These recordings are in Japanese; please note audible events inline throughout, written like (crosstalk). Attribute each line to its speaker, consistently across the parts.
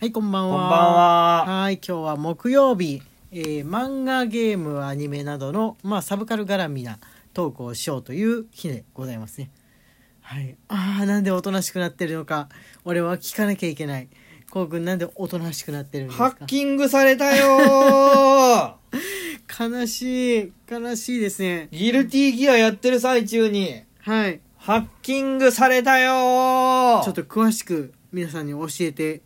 Speaker 1: はい、こんばん
Speaker 2: こ
Speaker 1: は。
Speaker 2: んばんは。
Speaker 1: はい、今日は木曜日、えー漫画、ゲーム、アニメなどの、まあ、サブカル絡みなトークをしようという日でございますね。はい。ああ、なんでおとなしくなってるのか。俺は聞かなきゃいけない。こうくん、なんでおとなしくなってるんです
Speaker 2: ハ
Speaker 1: か
Speaker 2: ッキングされた
Speaker 1: (laughs)
Speaker 2: よ
Speaker 1: 悲しい。悲しいですね。
Speaker 2: ーギルティギアやってる最中に、
Speaker 1: はい。
Speaker 2: ハッキングされたよー
Speaker 1: ちょっと詳しく皆さんに教えて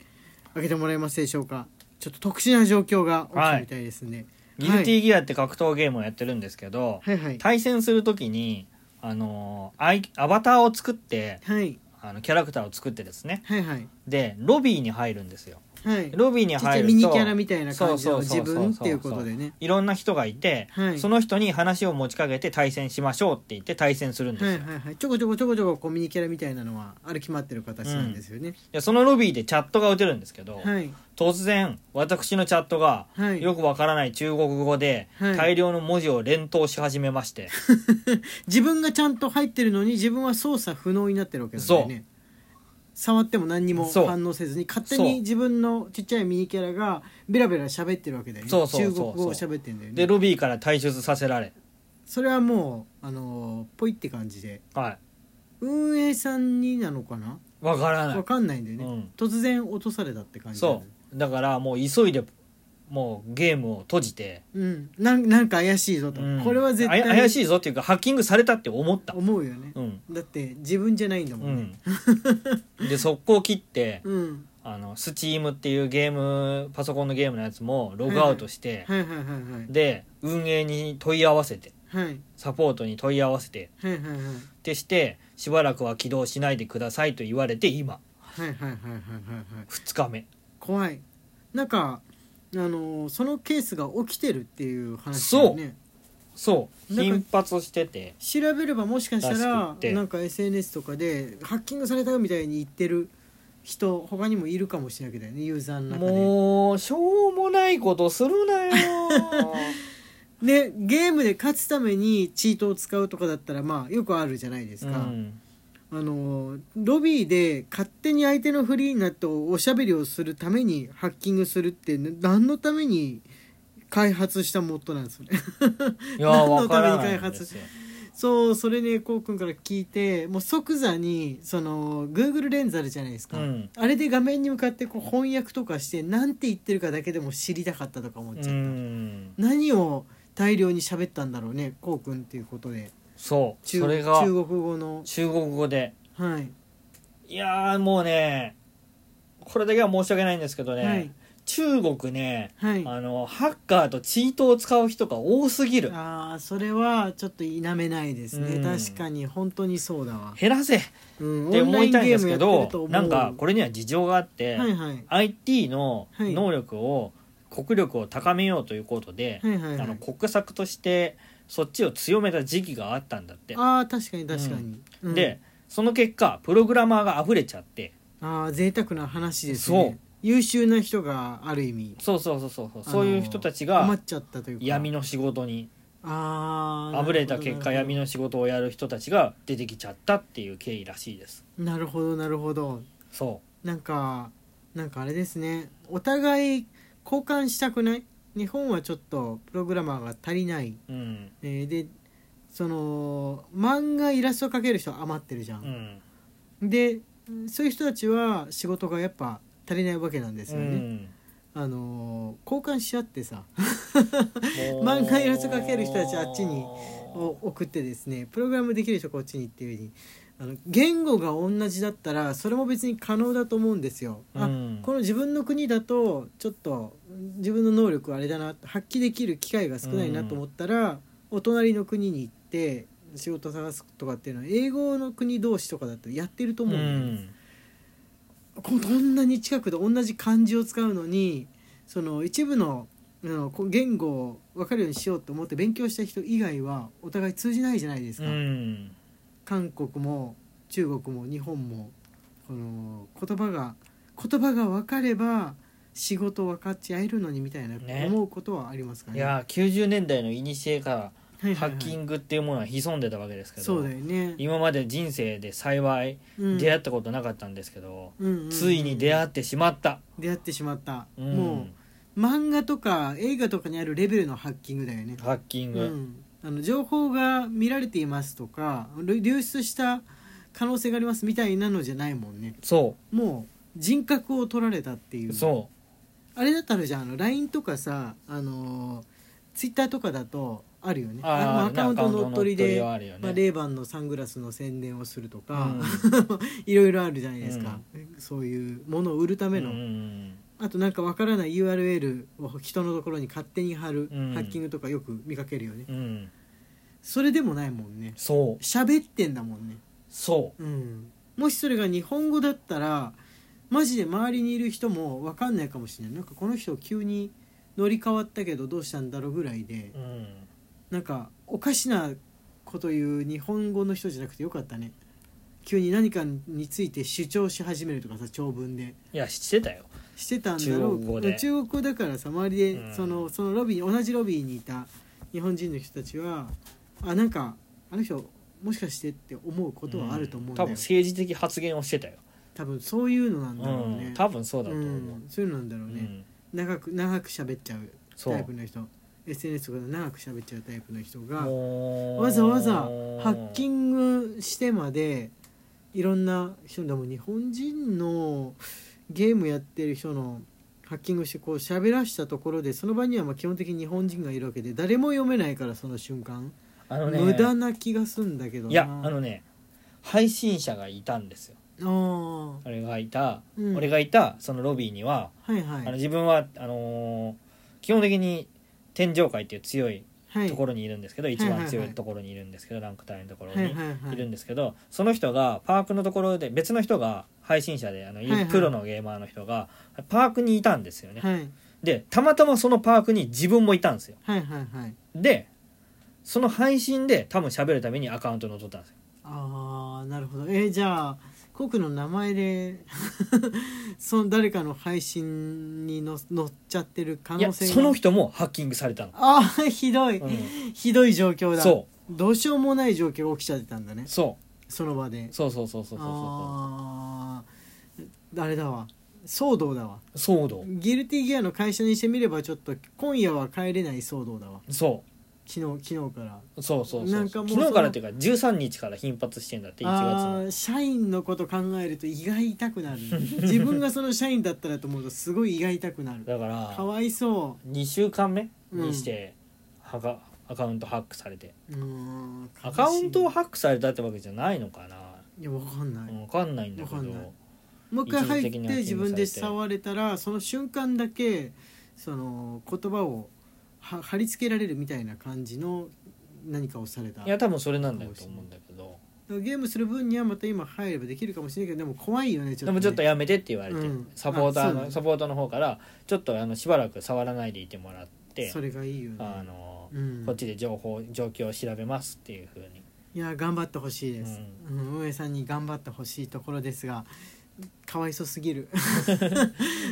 Speaker 1: あげてもらえますでしょうか。ちょっと特殊な状況が起きたみたいですね。
Speaker 2: ギルテ
Speaker 1: ィ
Speaker 2: ィギアって格闘ゲームをやってるんですけど、
Speaker 1: はいはい。
Speaker 2: 対戦するときに、あのーアイアバターを作って、
Speaker 1: はい
Speaker 2: あの、キャラクターを作ってですね。
Speaker 1: はいはい。
Speaker 2: で、ロビーに入るんですよ。
Speaker 1: はい。
Speaker 2: ロビーに
Speaker 1: ちっちゃ
Speaker 2: 入
Speaker 1: い
Speaker 2: ると、
Speaker 1: ミニキャラみたいな感じの
Speaker 2: そうそう
Speaker 1: 自
Speaker 2: そうそう
Speaker 1: 分っていうことでね。
Speaker 2: いろんな人がいて、
Speaker 1: はい
Speaker 2: その人に話を持ちかけて対戦しましょうって言って対戦するんです
Speaker 1: は
Speaker 2: よ、
Speaker 1: いはいはい。ちょこちょこちょこちょここうミニキャラみたいなのはある決まってる形なんですよね。
Speaker 2: でそのロビーでチャットが打てるんですけど、
Speaker 1: はい
Speaker 2: 突然私のチャットが、
Speaker 1: はい
Speaker 2: よくわからない中国語で、
Speaker 1: はい
Speaker 2: 大量の文字を連投し始めま
Speaker 1: (laughs)
Speaker 2: して、
Speaker 1: 自分がちゃんと入ってるのに自分は操作不能になってるわけなんだよね。触っても何にも
Speaker 2: そう
Speaker 1: 反応せずに勝手
Speaker 2: そう
Speaker 1: に自分のちっちゃいミニキャラがベラベラ喋ってるわけだよね。
Speaker 2: そうそうそうそう
Speaker 1: 中国語を喋ってんだよ
Speaker 2: で
Speaker 1: ね。
Speaker 2: ロビーから退出させられ、
Speaker 1: それはもうあのーポイって感じで
Speaker 2: は、
Speaker 1: 運営さんになのかない
Speaker 2: わからな
Speaker 1: わ
Speaker 2: い
Speaker 1: かんないんだよね、
Speaker 2: うん
Speaker 1: 突然落とされたって感じだよね
Speaker 2: そうだからもう急いでもうゲームを閉じて、
Speaker 1: うん、なんなんか怪しいぞと、
Speaker 2: うん
Speaker 1: これは絶対
Speaker 2: あや怪しいぞっていうかハッキングされたって思った
Speaker 1: 思うよね、
Speaker 2: うん
Speaker 1: だって自分じゃないんだも
Speaker 2: うん
Speaker 1: ね (laughs)
Speaker 2: んで速攻切って、
Speaker 1: うん、
Speaker 2: あのスチームっていうゲームパソコンのゲームのやつもログアウトして、
Speaker 1: はいはいはいはい
Speaker 2: で運営に問い合わせて
Speaker 1: はい
Speaker 2: サポートに問い合わせて
Speaker 1: はいはいはいは
Speaker 2: っ
Speaker 1: い
Speaker 2: てしてしばらくは起動しないでくださいと言われて今
Speaker 1: はいはいはいはいはい
Speaker 2: 2日目
Speaker 1: 怖いなんかあのーそのケースが起きてるっていう話だよね
Speaker 2: そう
Speaker 1: なんか
Speaker 2: 頻発してて
Speaker 1: 調べればもしかした
Speaker 2: らし
Speaker 1: ら
Speaker 2: くって
Speaker 1: なんか SNS とかでハッキングされたよみたいに言ってる人他にもいるかもしれないけどねユーザーの中で
Speaker 2: もうしょうもないことするな
Speaker 1: (laughs)
Speaker 2: よ
Speaker 1: でゲームで勝つためにチートを使うとかだったらまあよくあるじゃないです
Speaker 2: う
Speaker 1: か、
Speaker 2: ん
Speaker 1: あのロビーで勝手に相手のフリーになっておしゃべりをするためにハッキングするってな何のために開発したモッドなんですよ
Speaker 2: (laughs)
Speaker 1: ね
Speaker 2: いや
Speaker 1: 何の
Speaker 2: わ
Speaker 1: た
Speaker 2: か
Speaker 1: めに
Speaker 2: らないんですよ
Speaker 1: そうそれねこうくんから聞いてもう即座にその Google レンズあるじゃないですか、
Speaker 2: うん
Speaker 1: あれで画面に向かってこう翻訳とかして何て言ってるかだけでも知りたかったとか思っちゃ
Speaker 2: う
Speaker 1: った、
Speaker 2: ん
Speaker 1: 何を大量に喋ったんだろうねこうくんっていうことで
Speaker 2: そう
Speaker 1: 中
Speaker 2: それが
Speaker 1: 中国語の
Speaker 2: 中国語で
Speaker 1: はい、
Speaker 2: いやーもうねこれだけは申し訳ないんですけどね、
Speaker 1: はい
Speaker 2: 中国ね
Speaker 1: はい
Speaker 2: あのハッカーとチートを使う人が多すぎる
Speaker 1: ああそれはちょっと否めないですね、
Speaker 2: うん
Speaker 1: 確かに本当にそうだわ、
Speaker 2: 減らせっ
Speaker 1: うん、
Speaker 2: て思いたいんですけ
Speaker 1: オンラインゲームやってると
Speaker 2: ど
Speaker 1: 思う
Speaker 2: なんかこれには事情があって、
Speaker 1: はいはい
Speaker 2: IT の
Speaker 1: はい
Speaker 2: 能力を、国力を高めようということで、
Speaker 1: はいはいは
Speaker 2: あの
Speaker 1: い
Speaker 2: 国策としてそっちを強めた時期があったんだって、
Speaker 1: ああ確かに確かに、うん
Speaker 2: でその結果プログラマーが溢れちゃって
Speaker 1: ああ贅沢な話ですね
Speaker 2: そう
Speaker 1: 優秀な人がある意味
Speaker 2: そうそうそうそう
Speaker 1: あの
Speaker 2: そういう人たち
Speaker 1: 困
Speaker 2: が
Speaker 1: っちゃったというか
Speaker 2: 闇の仕事に
Speaker 1: ああ
Speaker 2: あぶれた結果闇の仕事をやる人たちが出てきちゃったっていう経緯らしいです
Speaker 1: なるほどなるほど
Speaker 2: そ
Speaker 1: なんかなんかあれですねお互い交換したくない日本はちょっとプログラマーが足りない、
Speaker 2: ううん
Speaker 1: えーでその漫画イラスト描ける人余ってるじゃ、
Speaker 2: うんん
Speaker 1: でそういう人たちは仕事がやっぱ足りないわけなんです
Speaker 2: う
Speaker 1: よね、
Speaker 2: ん
Speaker 1: あのー交換し合ってさ
Speaker 2: もう
Speaker 1: 漫画イラスト描ける人たちあっちにを送ってですねプログラムできる人こっちにっていうふうにあの言語が同じだったらそれも別に可能だと思うんですよ。あ
Speaker 2: うん
Speaker 1: この自分の国だとちょっと自分の能力あれだな発揮できる機会が少ないなと思ったら、お隣の国に行って仕事探すとかっていうのは英語の国同士とかだとやってると
Speaker 2: う
Speaker 1: 思うんだよね
Speaker 2: ん
Speaker 1: ここんなに近くで同じ漢字を使うのにその一部のあのこう言語を分かるようにしようと思って勉強した人以外はお互い通じないじゃないです
Speaker 2: う
Speaker 1: か、
Speaker 2: ん
Speaker 1: 韓国も中国も日本もこの言葉が言葉が分かれば仕事分かち合えるのにみたいな
Speaker 2: ね
Speaker 1: 思うことはありますかね
Speaker 2: いやー90年代の古から
Speaker 1: はいは
Speaker 2: ハ
Speaker 1: いは
Speaker 2: ッ
Speaker 1: い
Speaker 2: キングっていうものは潜んでたわけですけど
Speaker 1: そうだよね
Speaker 2: 今まで人生で幸い出会ったことなかったんですけど、
Speaker 1: うんうんうん
Speaker 2: ついに出会ってしまった、
Speaker 1: 出会ってしまった、
Speaker 2: うん
Speaker 1: もう漫画とか映画とかにあるレベルのハッキングだよね、
Speaker 2: ハッキング、
Speaker 1: うん、あの情報が見られていますとか流流出した可能性がありますみたいなのじゃないもんね
Speaker 2: そ
Speaker 1: もう人格を取られたっていうう
Speaker 2: そ
Speaker 1: あれだったのじゃんあの LINE とかさあのツイッター Twitter とかだとあるよね
Speaker 2: あー
Speaker 1: のアカウント乗
Speaker 2: アカウント乗
Speaker 1: っ取り
Speaker 2: っ取り
Speaker 1: で
Speaker 2: はあるよね
Speaker 1: まあ、レーバンのサングラスの宣伝をすると
Speaker 2: う、
Speaker 1: か、 (laughs) いろいろあるじゃないですか、そういうものを売るた
Speaker 2: うん
Speaker 1: めの、あとなんかわからない URL を人のところに勝手に貼る
Speaker 2: うん
Speaker 1: ハッキングとかよく見かけるよね、
Speaker 2: うんうん、
Speaker 1: それでもないもんね
Speaker 2: そう
Speaker 1: 喋ってんだもんね、
Speaker 2: そ
Speaker 1: うん、もしそれが日本語だったらマジで周りにいる人もわかんないかもしれないなんかこの人急に乗り換わったけどどうしたんだろうぐらいで
Speaker 2: う、うん、
Speaker 1: なんかおかしなこと言う日本語の人じゃなくてよかったね急に何かについて主張し始めるとかさ長文で
Speaker 2: いや知ってたよ
Speaker 1: してたんだ
Speaker 2: 中
Speaker 1: ろう
Speaker 2: 国語で
Speaker 1: 中国語だからさ周りで、
Speaker 2: うん
Speaker 1: そのそのロビーに同じロビーにいた日本人の人たちはあなんかあの人もしかしてって思うことはあると思うんだ
Speaker 2: 多分
Speaker 1: よ、多分
Speaker 2: 政治的発言をしてたよ、
Speaker 1: そういうのなんだ
Speaker 2: う
Speaker 1: ろうね、
Speaker 2: ん、多分そうだと思う、
Speaker 1: うんそういうのなんだろう
Speaker 2: うん
Speaker 1: ね、長く長く喋っちゃう
Speaker 2: そ
Speaker 1: タイプ
Speaker 2: う
Speaker 1: の人 SNS とかで長く喋っちゃうタイプの人が
Speaker 2: もう
Speaker 1: わざわざハッキングしてまでいろんな人でも日本人のゲームやってる人のハッキングしてこう喋らしたところでその場にはまあ基本的に日本人がいるわけで誰も読めないからその瞬間、
Speaker 2: あのね
Speaker 1: 無駄な気がすんだけどない
Speaker 2: やあのね配信者がいたんですよ
Speaker 1: あー
Speaker 2: 俺がいた、
Speaker 1: うん
Speaker 2: 俺がいたそのロビーには、
Speaker 1: はい
Speaker 2: あの
Speaker 1: はい
Speaker 2: 自分はあのー基本的に天上界っていう強い
Speaker 1: はい
Speaker 2: ところにいるんですけど、一
Speaker 1: はい
Speaker 2: 番
Speaker 1: はい
Speaker 2: 強いところにいるんですけど、ランクタイのところ
Speaker 1: はいはい
Speaker 2: に
Speaker 1: はい
Speaker 2: いるんですけど、その人がパークのところで別の人が配信者であの、
Speaker 1: いはい
Speaker 2: プロのゲーマーの人がパークにいたんですよね、
Speaker 1: はいはい
Speaker 2: でたまたまそのパークに自分もいたんですよ
Speaker 1: はいはい
Speaker 2: でその配信で多分喋るためにアカウントを取ったんですよ
Speaker 1: ああなるほどえーじゃあ国の名前で (laughs) その誰かの配信にの乗っちゃってる可
Speaker 2: いや
Speaker 1: 能性が
Speaker 2: その人もハッキングされたの、
Speaker 1: ああひどい、
Speaker 2: う
Speaker 1: ひどい状況
Speaker 2: ん、
Speaker 1: だ
Speaker 2: そう
Speaker 1: どうしようもない状況が起きちゃってたんだね
Speaker 2: そ
Speaker 1: その場で
Speaker 2: うそうそうそうそうそう
Speaker 1: あああれだわ騒動だわ
Speaker 2: そう騒動
Speaker 1: ギルティギアの会社にしてみればちょっと今夜は帰れない騒動だわ
Speaker 2: そ
Speaker 1: 昨日昨日から
Speaker 2: うそうそうそう
Speaker 1: なんかもう
Speaker 2: 昨日からっていうか13日から頻発してんだって1月
Speaker 1: あ
Speaker 2: の
Speaker 1: ー社員のこと考えると胃が痛くなる自分がその社員だったらと思うとすごい胃が痛くなる
Speaker 2: だから
Speaker 1: かわいそ
Speaker 2: 2週間目
Speaker 1: うん
Speaker 2: にしてはかアカウントハックされて
Speaker 1: ううーん
Speaker 2: アカウントを
Speaker 1: 悲し
Speaker 2: ハックされたってわけじゃないのかない
Speaker 1: いやわかんない、
Speaker 2: 分かんないんだけ
Speaker 1: わ
Speaker 2: ど
Speaker 1: かんないもう一回入って
Speaker 2: 一時的にハッキ
Speaker 1: 自
Speaker 2: ング
Speaker 1: 分
Speaker 2: されて
Speaker 1: で触れたらその瞬間だけその言葉をは貼り付けられるみたいな感じの何かをされた
Speaker 2: いや多分それなんだと思うんだけど
Speaker 1: ゲームする分にはまた今入ればできるかもしれないけどでも怖いよねちょっと、ね、
Speaker 2: でもちょっとやめてって言われて
Speaker 1: うん
Speaker 2: サポーター
Speaker 1: あそう
Speaker 2: のサポーターの方からちょっとあのしばらく触らないでいてもらって
Speaker 1: それがいいよね
Speaker 2: あの
Speaker 1: うん、
Speaker 2: こっちで情報状況を調べますっていうふうに
Speaker 1: いや頑張ってほしいです、うん、運営さんに頑張ってほしいところですがかわいそすぎる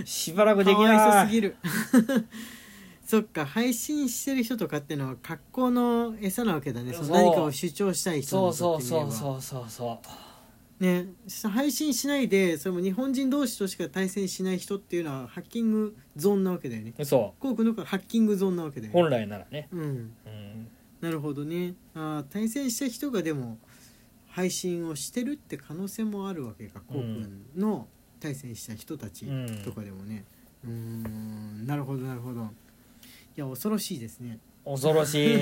Speaker 2: しばらくで
Speaker 1: か
Speaker 2: きない
Speaker 1: わいそすぎる (laughs) そっか配信してる人とかってのは格好の餌なわけだねそ
Speaker 2: そ
Speaker 1: の
Speaker 2: う
Speaker 1: 何かを主張したい人
Speaker 2: そう
Speaker 1: に
Speaker 2: そ
Speaker 1: とっ
Speaker 2: う
Speaker 1: てみれば
Speaker 2: そうそうそうそ
Speaker 1: ね配信しないでそれも日本人同士としか対戦しない人っていうのはハッキングゾーンなわけだよね
Speaker 2: うそ
Speaker 1: コウ君の方がハッキングゾーンなわけだ
Speaker 2: う
Speaker 1: よね
Speaker 2: 本来ならね、
Speaker 1: うん
Speaker 2: うん、
Speaker 1: なるほどねあー対戦した人がでも配信をしてるって可能性もあるわけかコウ君の対戦した人たち
Speaker 2: うん
Speaker 1: とかでもねうーんなるほどなるほどいや恐ろしいですね
Speaker 2: 恐ろ
Speaker 1: (laughs)
Speaker 2: しい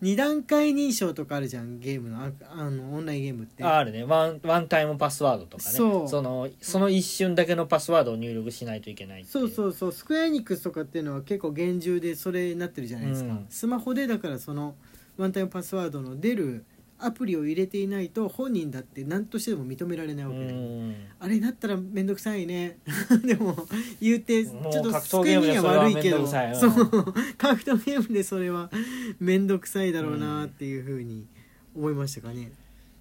Speaker 1: 二段階認証とかあるじゃんゲームのああのオンラインゲームって
Speaker 2: あるねワンワンタイムパスワードとかね
Speaker 1: そう
Speaker 2: のその一瞬だけのパスワードを入力しないといけないってい
Speaker 1: そうそううそうスクエアエニックスとかっていうのは結構厳重でそれになってるじゃないですか、
Speaker 2: うん
Speaker 1: スマホでだからそのワンタイムパスワードの出るアプリを入れていないと本人だって何としてでも認められないわ
Speaker 2: う
Speaker 1: けで、
Speaker 2: ん
Speaker 1: あれになったら面倒くさいね (laughs) でも言うてち
Speaker 2: もう
Speaker 1: ょっと
Speaker 2: 格
Speaker 1: ス
Speaker 2: 闘
Speaker 1: ク
Speaker 2: ゲ
Speaker 1: エ
Speaker 2: ー
Speaker 1: ア
Speaker 2: ム
Speaker 1: に
Speaker 2: で
Speaker 1: は
Speaker 2: それは
Speaker 1: 悪
Speaker 2: 面
Speaker 1: いけ
Speaker 2: 倒
Speaker 1: ど
Speaker 2: くさい
Speaker 1: そう (laughs) 格闘ゲームでそれは面倒くさいだろうなっていうふうに思いましたかね、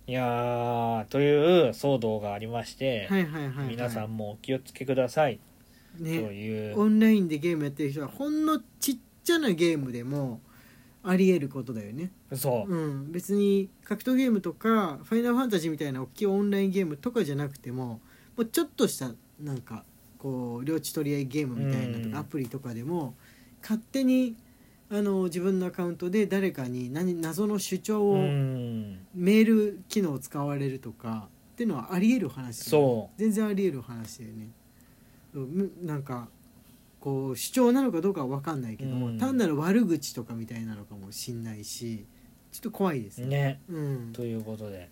Speaker 2: いやーという騒動がありまして、
Speaker 1: はいはいはい、はい、
Speaker 2: 皆さんもお気をつけくださいと
Speaker 1: ね
Speaker 2: いう、
Speaker 1: オンラインでゲームやってる人はほんのちっちゃなゲームでもあり得ることだよね、
Speaker 2: そう、
Speaker 1: うん、別に格闘ゲームとか「ファイナルファンタジー」みたいな大きいオンラインゲームとかじゃなくてももうちょっとしたなんかこう領地取り合いゲームみたいなと
Speaker 2: うん
Speaker 1: かアプリとかでも勝手にあの自分のアカウントで誰かに何謎の主張を
Speaker 2: うん、
Speaker 1: メール機能を使われるとかっていうのはありえる話だよね
Speaker 2: そ
Speaker 1: 全然ありえる話だよねうんむなんかこう主張なのかどうかは分かんないけども、
Speaker 2: うん
Speaker 1: 単なる悪口とかみたいなのかもしんないしちょっと怖いです
Speaker 2: う
Speaker 1: ね。
Speaker 2: ね
Speaker 1: うん、
Speaker 2: ということで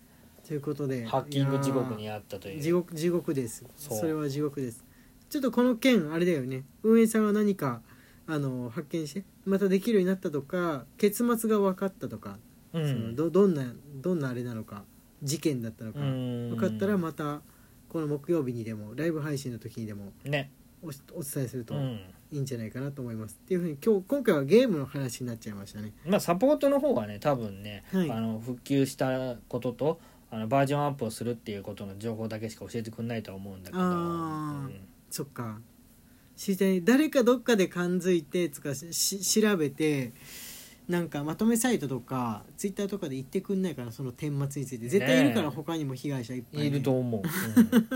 Speaker 1: ということで
Speaker 2: ハッキング地獄
Speaker 1: い
Speaker 2: に
Speaker 1: や
Speaker 2: あったと
Speaker 1: ー
Speaker 2: いう
Speaker 1: 地獄地獄ですそ
Speaker 2: そう
Speaker 1: れは地獄ですちょっとこの件あれだよね運営さんが何かあの発見してまたできるようになったとか結末が分かったとか
Speaker 2: う
Speaker 1: その
Speaker 2: ん
Speaker 1: どどんなどんなあれなのか事件だったのか、
Speaker 2: うん
Speaker 1: よかったらまたこの木曜日にでもライブ配信の時にでも
Speaker 2: ね
Speaker 1: おしお伝えすると
Speaker 2: うん
Speaker 1: いいんじゃないかなと思います、っていうふうに今日今回はゲームの話になっちゃいましたね
Speaker 2: まあサポートの方がね多分ね、
Speaker 1: はい
Speaker 2: あの復旧したこととあのバージョンアップをするっていうことの情報だけしか教えてくれないとは思うんだけど、
Speaker 1: あ
Speaker 2: う
Speaker 1: ー
Speaker 2: ん、
Speaker 1: そっか知りたい誰かどっかで感づいてつかし調べてなんかまとめサイトとかツイッターとかで言ってくんないかなその顛末について絶対いるか
Speaker 2: ね
Speaker 1: ら
Speaker 2: え
Speaker 1: 他にも被害者いっぱいね、
Speaker 2: いると思う、うん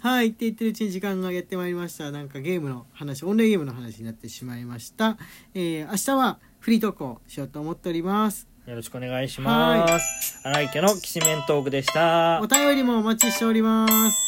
Speaker 1: はいって言ってるうちに時間がやってまいりましたなんかゲームの話オンラインゲームの話になってしまいました、えー明日はフリー投稿しようと思っております
Speaker 2: よろしくお願いします荒井家のきしめんトークでした
Speaker 1: お便りもお待ちしております